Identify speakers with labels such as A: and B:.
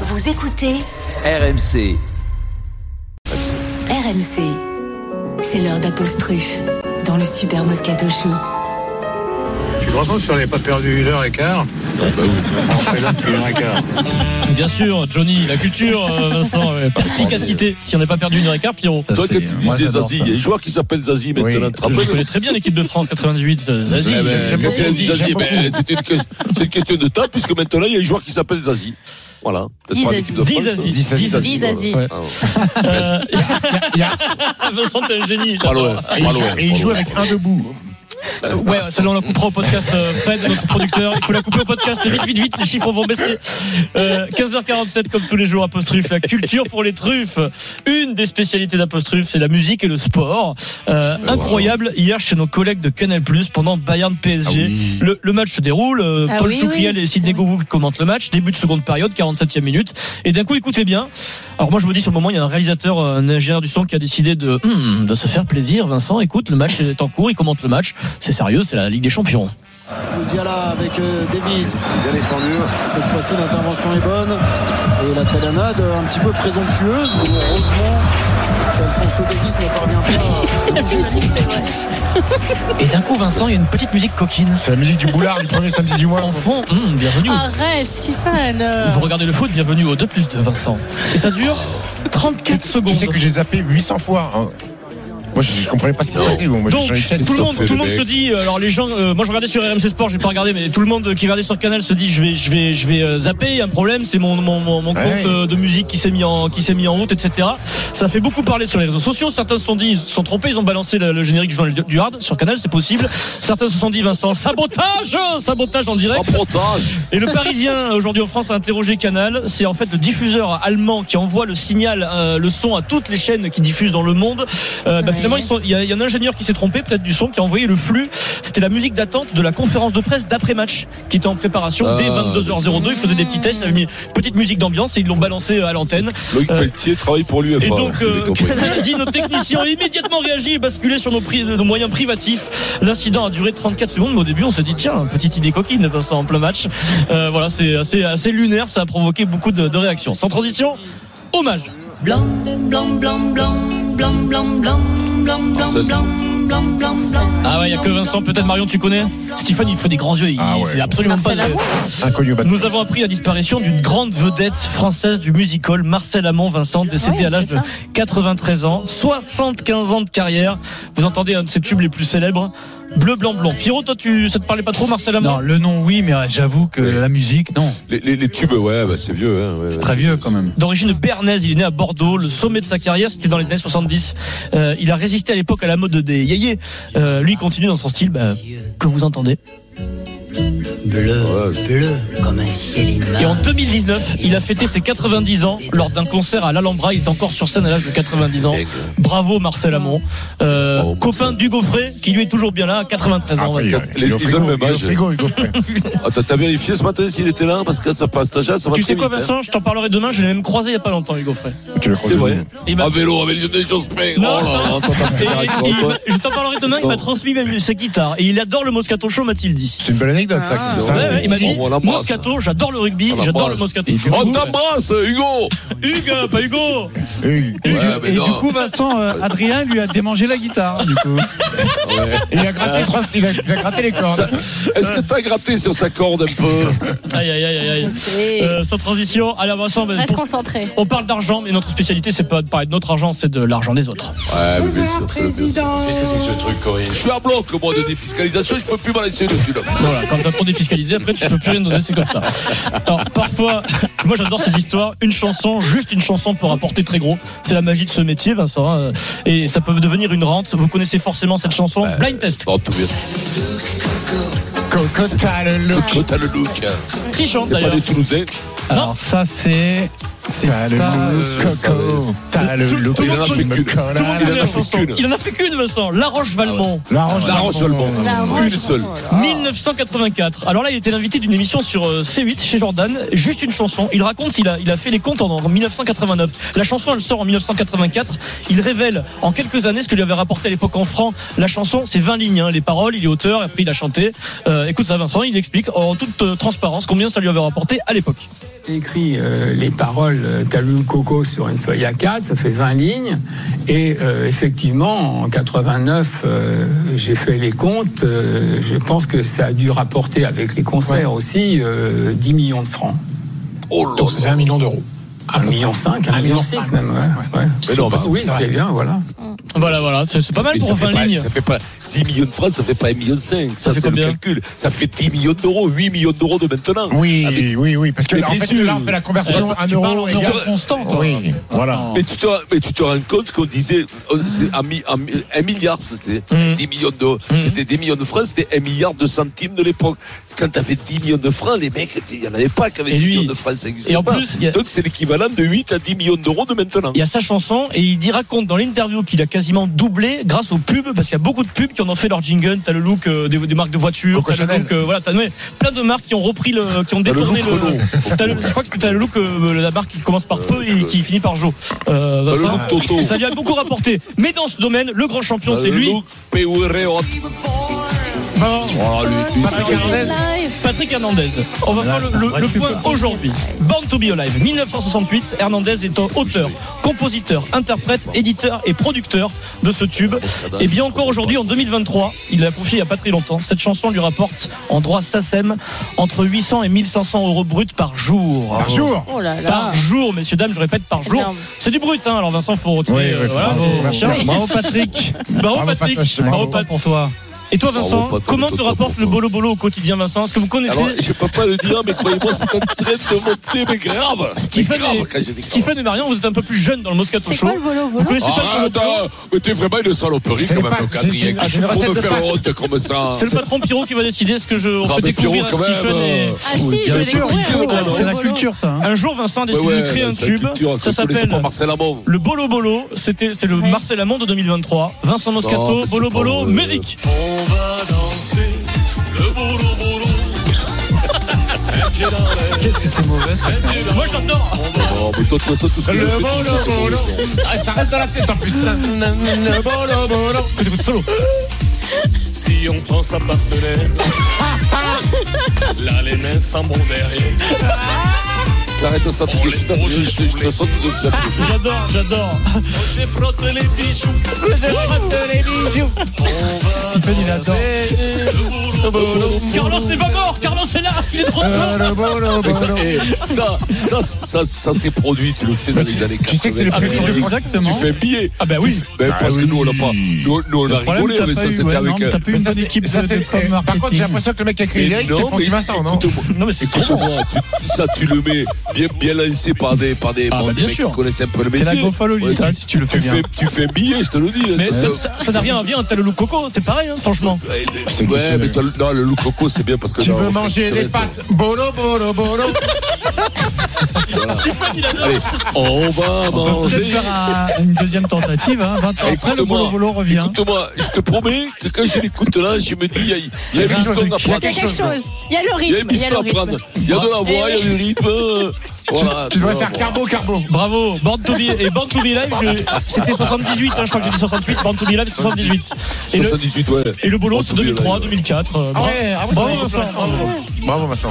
A: Vous écoutez
B: RMC.
A: RMC. C'est l'heure d'apostrophe dans le Super Moscato Show.
C: Je suis content si on n'avait pas perdu une heure et quart. On est là depuis une heure et quart.
D: Bien sûr, Johnny, la culture, euh, Vincent, ouais. perspicacité. Si on n'a pas perdu une heure et quart, Pierrot.
E: Toi, quand tu disais Zazie, il y a un joueur qui s'appelle Zazie maintenant. Tu te
D: Je
E: rappelles
D: connais très bien l'équipe de France 98, euh, Zazie.
E: Eh ben,
D: J'aime
E: quand
D: beaucoup
E: il a dit
D: Zazie,
E: Zazie,
D: j'aime
E: ben, C'est une, que- c'est une question de temps, puisque maintenant, il y a un joueur qui s'appelle Zazie. Voilà. Peut-être
F: Dix
E: pas
F: Zazie.
E: l'équipe de
D: Dix
E: France. hein.
D: Zazie.
E: Dix
D: Dix
E: Zazie,
F: Dix
E: voilà.
F: Zazie.
D: Ouais.
E: Ah, ouais.
D: beaucoup. Euh, Vincent, t'es un génie.
E: Pas
D: j'adore.
E: loin, pas loin,
G: Et il
E: pas
G: joue
E: loin.
G: avec un debout.
D: Euh, Ouais, celle-là, on la coupera au podcast. euh, Fred, notre producteur. Il faut la couper au podcast. Vite, vite, vite. Les chiffres vont baisser. Euh, 15h47, comme tous les jours, Apostruf. La culture pour les truffes. Une des spécialités d'Apostruf, c'est la musique et le sport. Euh, incroyable. Hier, chez nos collègues de Canal Plus, pendant Bayern PSG, le, le match se déroule. euh,
F: Ah
D: Paul
F: oui,
D: Choucriel
F: oui.
D: et Sidney Govou qui commentent le match. Début de seconde période, 47e minute. Et d'un coup, écoutez bien. Alors moi, je me dis sur le moment, il y a un réalisateur, un ingénieur du son qui a décidé de, hmm, de se faire plaisir. Vincent, écoute, le match est en cours, il commente le match. C'est sérieux, c'est la Ligue des Champions.
H: Mouziala avec euh, Davis. Bien défendu. Cette fois-ci, l'intervention est bonne. Et la talonnade euh, un petit peu présomptueuse. Heureusement qu'Alfonso Davis ne parvient pas à bouger ses lignes.
D: Et d'un coup, Vincent, il y a une petite musique coquine.
G: C'est la musique du boulard du premier samedi du mois.
D: En fond, hmm, bienvenue.
F: Ah, Arrête, Stéphane. euh.
D: Vous regardez le foot, bienvenue au 2 plus 2, Vincent. Et ça dure 34 secondes.
G: Tu sais que j'ai zappé 800 fois. hein. Moi, je, je comprenais pas ce qui se passait. Bon, moi,
D: Donc,
G: j'ai changé de chaîne.
D: tout le monde,
E: fait,
D: tout le
E: les
D: monde
E: mecs.
D: se dit. euh, Alors les gens, euh, moi je regardais sur RMC Sport, j'ai pas regardé, mais tout le monde qui regardait sur Canal se dit, je vais, je vais, je vais euh, zapper. Il y a un problème, c'est mon mon, mon, mon compte
G: Ouais, ouais.
D: euh, de musique qui s'est mis en qui s'est mis en route, etc. Ça fait beaucoup parler sur les réseaux sociaux. Certains se sont dit, ils se sont trompés, ils ont balancé le, le générique du journal du du Hard sur Canal, c'est possible. Certains se sont dit, Vincent, sabotage, sabotage en direct.
E: En potage.
D: Et le Parisien aujourd'hui en France a interrogé Canal. C'est en fait le diffuseur allemand qui envoie le signal, euh, le son à toutes les chaînes qui diffusent dans le monde. Euh, bah,
F: Ouais.
D: Finalement, ils sont- il y, a- il y a un ingénieur qui s'est trompé, peut-être du son, qui a envoyé le flux. C'était la musique d'attente de la conférence de presse d'après-match qui était en préparation dès
E: Ah.
D: 22h02. Ils faisaient des petits tests, ils avaient mis une petite musique d'ambiance et ils l'ont balancé à l'antenne.
E: Loïc
D: Euh,
E: Pelletier travaille pour l'UEFA.
D: Et donc,
E: vous avez
D: euh,
E: compris.
D: Canal a dit nos techniciens ont immédiatement réagi et basculé sur nos, pri- nos moyens privatifs. L'incident a duré 34 secondes, mais au début, on se dit tiens, petite idée coquine, Vincent, en plein match. Euh, voilà, c'est assez, assez lunaire, ça a provoqué beaucoup de, de réactions. Sans transition, hommage.
H: Blanc, blanc, blanc, blanc, blanc, blanc, blanc, blanc, blanc,
E: Marcel.
H: blanc, blanc, blanc, blanc.
D: Ah ouais, il y a que Vincent, peut-être Marion, tu connais Stéphane, il fait des grands yeux, il-
G: Ah ouais.
D: c'est absolument
F: Marcel
D: pas. de-
F: Amont.
G: Inconnu au bâton.
D: Nous avons appris la disparition d'une grande vedette française du musical, Marcel Amont, Vincent, décédé
F: Ouais,
D: à l'âge
F: c'est
D: de
F: ça.
D: 93 ans, 75 ans de carrière. Vous entendez un de ses tubes les plus célèbres, Bleu, Blanc, Blanc. Pierrot, toi, tu, ça te parlait pas trop, Marcel Amont
I: Non, le nom oui, mais j'avoue que
E: Oui.
I: la musique, non.
E: les, les- les tubes, ouais, bah, c'est vieux. Hein, ouais, ouais,
I: Très vieux quand même.
D: D'origine bernaise, il est né à Bordeaux. Le sommet de sa carrière, c'était dans les années 70. Euh, il a résisté à l'époque à la mode des yéyés. Euh, lui, il continue dans son style bah, que vous entendez.
E: Ouais, c'est-
D: Et en 2019, il a fêté ses 90 ans lors d'un concert à l'Alhambra. Il est encore sur scène à l'âge de 90 ans. Bravo Marcel Amont, Euh,
E: Bravo, Marcel.
D: copain d'Hugo Frey, qui lui est toujours bien là, à 93
G: Ah,
D: ans. on va dire.
E: Les- ils ont le même âge.
G: frigo, Hugo Frey.
E: Ah, t'as- T'as vérifié ce matin s'il était là Parce que ça passe, ta chasse, ça va
D: Tu
E: très
D: sais quoi
E: vite, hein.
D: Vincent, je t'en parlerai demain, je l'ai même croisé il n'y a pas longtemps Hugo Frey.
G: Tu le
E: C'est
G: croises
E: vrai.
G: au-
D: Il m'a-
E: À vélo, avec Lionel Jospin. Oh
D: Non.
E: là là, t'as t'as fait
D: Et-
E: des
D: et-
E: racontes,
D: il m'a-
E: toi.
D: je t'en parlerai demain, il m'a transmis même ses guitares. Et il adore le Moscato Show, m'a-t-il dit.
G: C'est une belle anecdote, ça.
F: Ah.
G: c'est
E: C'est
G: ça.
D: Ouais,
E: vrai.
D: ouais, il m'a dit
E: On l'embrasse.
D: Moscato, j'adore le rugby,
E: On
D: j'adore le
E: l'embrasse.
D: Moscato.
E: On t'embrasse, Oh, Hugo
D: Hugues, pas Hugo
G: Oui.
I: Et,
E: Ouais,
I: du,
E: mais
I: et
E: non.
I: du coup, Vincent, euh, Adrien lui a démangé la guitare. Du coup.
G: Et il a gratté trois- il a- il a gratté les cordes.
E: Est-ce que t'as gratté sur sa corde un peu
D: Aïe, aïe, aïe, aïe, aïe.
F: Et-
D: Euh, sans transition, allez Vincent, ben,
F: Reste
D: pour-
F: concentré.
D: on parle d'argent, mais notre spécialité, c'est pas de parler de notre argent, c'est de l'argent des autres.
E: Ouais, mais bien sûr, bien sûr. Je suis à bloc, moi, de défiscalisation, je peux plus balancer dessus, là.
D: Voilà, quand t'as trop défiscalisé, après tu peux plus rien donner, c'est comme ça. Alors parfois, moi j'adore cette histoire, une chanson, juste une chanson peut rapporter très gros. C'est la magie de ce métier, Vincent. hein. Et ça peut devenir une rente. Vous connaissez forcément cette chanson,
E: Bah,
D: Blind Test.
E: Non, tout bien.
G: Coco, t'as le look.
E: Toi, t'as le look. hein.
D: Qui chante
E: C'est pas
D: d'ailleurs Oh,
E: des Toulousains.
D: Non.
I: Alors ça, c'est C'est
G: T'as le
I: pas,
G: loose
I: euh,
G: coco. T'as le
D: tout-
G: look
D: tout le monde-
G: tu
E: tout-
G: me
E: tout
G: colles.
D: Tout le monde
E: Ah,
D: connaît
E: il en
D: la
E: a fait
D: chanson.
E: qu'une. Ah
D: Il en a fait qu'une, Vincent. La Roche-Valmont.
G: La roche,
E: La roche sur le banc.
F: La
E: Une
F: Roche.
E: seule.
D: 1984. Alors là, il était l'invité d'une émission sur euh, C8 chez Jordan. Juste une chanson. Il raconte qu'il a, il a fait les comptes en, en 1989. La chanson, elle sort en 1984. Il révèle en quelques années ce que lui avait rapporté à l'époque en franc. La chanson, c'est 20 lignes. hein. Les paroles, il est auteur, et après il a chanté. Euh, écoute ça, Vincent, il explique en toute euh, transparence combien ça lui avait rapporté à l'époque.
B: J'ai écrit euh, les paroles euh, T'allumes Coco sur une feuille A4, ça fait 20 lignes. Et euh, effectivement, en 89, euh, j'ai fait les comptes. euh, je pense que ça a dû rapporter avec les concerts aussi euh, 10 millions de francs.
E: Oh là
G: Donc ça fait
E: là.
G: un million d'euros.
B: 1,5 million, 1,6 million six même. ouais, ouais.
E: Mais non, mais
B: Bah
E: c'est-
B: oui,
E: c'est vrai.
B: c'est bien, voilà.
D: Voilà, voilà, c'est c'est pas mal
E: Mais
D: pour
E: ça,
D: 20
E: fait pas,
D: lignes.
E: ça fait pas 10 millions de francs, ça fait pas 1,5 million. Ça,
D: fait
E: c'est le
D: combien
E: calcul. Ça fait 10 millions d'euros, 8 millions d'euros de maintenant.
G: Oui,
E: Avec-
G: oui, oui. Parce que
E: Mais
G: là, en
E: bien
G: fait,
E: sûr.
G: là, on fait la conversion
D: Ah,
E: Tu
G: en
I: parles
G: euros.
I: en
G: et
I: euros
G: gars-
I: constants, toi.
G: Oui, voilà.
E: Mais tu, te, mais tu te rends compte qu'on disait euh, c'est un, mi- un mi- un milliard, c'était
D: Mhm.
E: 10 millions d'euros. C'était 10 millions de francs, c'était 1 milliard de centimes de l'époque. Quand tu avais 10 millions de francs, les mecs, il n'y en avait pas qui avaient
D: Et
E: 10
D: lui-
E: millions de francs, ça
D: et
E: n'existait
D: en
E: pas.
D: plus, il y a-
E: Donc c'est l'équivalent de 8 à 10 millions d'euros de maintenant.
D: Il y a sa chanson et il dit raconte dans l'interview qu'il a quasiment doublé grâce aux pubs parce qu'il y a beaucoup de pubs qui en ont fait leur jingle. T'as le look euh, des, des marques de voitures,
G: Coco
D: t'as le
G: Chanel.
D: look, euh, voilà, t'as ouais, plein de marques qui ont repris le, qui ont détourné
E: look Renault.
D: t'as le- je crois que t'as le look euh, la marque qui commence par peu et qui finit par Jo. Euh,
E: Dans le
D: Vincent,
E: look Toto.
D: ça lui a beaucoup rapporté. Mais dans ce domaine, le grand champion, c'est
E: Le
D: lui,
E: look PUR, oh,
G: Bon,
E: lui, lui, c'est-
D: Patrick Hernandez. On va faire le, le- le point aujourd'hui. Born to be Alive, 1968. Hernandez est un auteur, compositeur, interprète, éditeur et producteur de ce tube. Et bien encore aujourd'hui, en 2023, il l'a confié il n'y a pas très longtemps. Cette chanson lui rapporte en droit SACEM entre 800 et 1500 euros bruts par jour.
G: par jour.
F: Oh là là.
D: Par jour, messieurs, dames, je répète, par jour.
F: Énorme.
D: C'est du brut, hein. Alors, Vincent, faut
G: Oui,
D: retirer.
G: oui,
D: euh,
G: faut
D: voilà,
G: arrêter.
D: vos- vos charges.
I: Bravo Patrick.
D: Bravo, Patrick.
G: Patoche,
D: Bravo, Pat.
I: pour toi.
D: Et toi, Vincent,
E: Bravo, Pat,
D: comment te
E: pour toi,
D: rapporte
E: pour
D: le
E: toi.
D: bolo bolo au quotidien, Vincent Est-ce que vous connaissez
E: Alors, je peux pas le dire, mais croyez-moi, c'est en train de monter, mais grave. Mais
D: Stephen,
E: grave,
D: et,
E: quand j'ai dit grave.
D: Stephen et Marion, vous êtes un peu plus jeunes dans le Moscato
F: C'est
D: Show.
F: quoi le volo
D: vous
F: volo
D: connaissez pas le
E: Arrête,
D: Bolo
E: hein, mais t'es vraiment une saloperie
G: C'est
E: quand
G: les
E: même,
G: pâtes,
E: le
G: c'est-
E: quadrille.
G: c'est- c'est une
E: Pour me
G: recette de
E: faire
G: pâtes.
E: honte comme ça.
D: C'est le patron Pierrot qui va décider ce que je on
E: Ah,
D: fait
E: mais Pierrot,
D: découvrir à
E: quand même,
D: Stephen
E: euh,
D: et...
F: Ah si, je
E: Bien
F: vais
E: sûr,
F: découvrir.
E: culture,
F: le
E: alors.
F: bolo
I: C'est la
F: bolo.
I: culture, ça. hein.
D: Un jour, Vincent a
E: Ouais,
D: décidé
E: ouais,
D: de créer un
E: c'est la
D: tube.
E: culture,
D: ça
E: que connaissait
D: s'appelle
E: pas Marcel Amont.
D: le Bolo Bolo. C'était c'est le
F: Ouais.
D: Marcel Amont de 2023. Vincent
E: Non,
D: Moscato,
E: Oh, mais c'est
D: Bolo
E: pas
D: Bolo,
E: vrai.
D: musique.
I: Qu'est-ce que c'est mauvais ça.
D: Moi, j'adore.
E: Oh, mais toi, toi, ça, tout ce que je
G: Le
E: sais, tout ça, c'est
G: bolo bolo.
E: bon.
G: Ah, ça reste dans la tête en plus. Nan, nan, nan, Le bolo bolo.
J: Si on prend sa partenaire, là les mains s'en vont derrière.
E: T'arrêtes ça, tu
J: On
E: te
J: les
E: sautes,
J: prend,
E: je- je- je te saute dessus.
D: J'adore, j'adore.
J: J'ai frotté les bijoux,
I: Stephen il adore.
D: Carlos n'est pas mort. Carlos est là. Il est trop
G: Euh,
D: fort.
G: Le bolo
E: Mais ça,
G: bolo.
E: eh, ça, ça, ça, ça s'est produit, tu le fais dans les années 80.
G: Tu sais que c'est le préfet de France.
E: Tu
I: Exactement.
E: fais billet.
D: Ah bah
E: Tu
D: oui.
E: fais- ben, parce que nous, on a pas. Nous, nous, on a
I: Le problème,
E: rigolé,
I: t'as
E: mais
I: pas
E: ça,
I: eu-
E: c'était
I: ouais,
E: avec.
I: non,
E: euh,
I: T'as pas eu une bonne équipe
G: Ça, c'est-
I: de com
G: Par contre, j'ai
I: marketing.
G: l'impression que le mec qui a écrit les
E: mais
G: lyrics, c'est
E: non, mais
G: Francky Vincent, non
E: écoute-moi.
D: Non, mais c'est con.
E: Écoute-moi, tu- ça tu le mets bien, bien lancé par des, par des,
D: Ah,
E: par
D: bah,
E: des
D: bien
E: mecs
D: sûr.
E: qui connaissent un peu le
I: C'est
E: métier.
I: la
E: Ouais,
I: gofologie,
E: tu-
I: toi, si tu le fais
E: tu,
I: bien.
E: fais, tu fais billet, je te le dis.
D: Mais
E: Ça-
D: ça- ça ça n'a rien à voir. T'as le look coco. C'est pareil, hein, franchement.
E: Ouais, mais-
G: C'est
E: ouais,
G: exceptionnel.
E: mais t'as le- non, le loup coco, c'est bien parce que.
G: Tu
E: non,
G: veux
E: en fait,
G: manger
E: tu
G: des
E: restes-
G: pâtes Bolo bolo bolo.
D: Stephen, il adore.
E: Allez, on
I: On
E: va
I: peut peut-être
E: manger.
I: faire un- une deuxième tentative. Hein. 20 ans après, le bolo
E: Écoute-moi,
I: bolo revient.
E: écoute-moi, je te promets que quand je l'écoute là, je me dis, il y a- il y a une
G: Il y a quelque
E: histoire à
G: chose, il y a
E: prendre.
F: Il y a quelque chose. Il y a le
E: Il y a
F: rythme.
E: une
F: Il y a le
E: histoire à prendre.
F: rythme.
E: Il y a de la voix,
F: Eh
E: il y a du rythme. euh, Voilà.
G: Tu devrais
E: Voilà.
G: faire carbo carbo.
D: Bravo, Born to be, et Born to be Live, je- c'était 78, hein, je crois que j'ai dit 68, Born to be Live, c'est 78. Et le,
E: 78, ouais.
D: et le boulot, c'est 2003, 2004. euh, bravo.
G: ouais, ah ouais,
D: Bravo,
G: c'est
D: Vincent,
G: Bravo Vincent.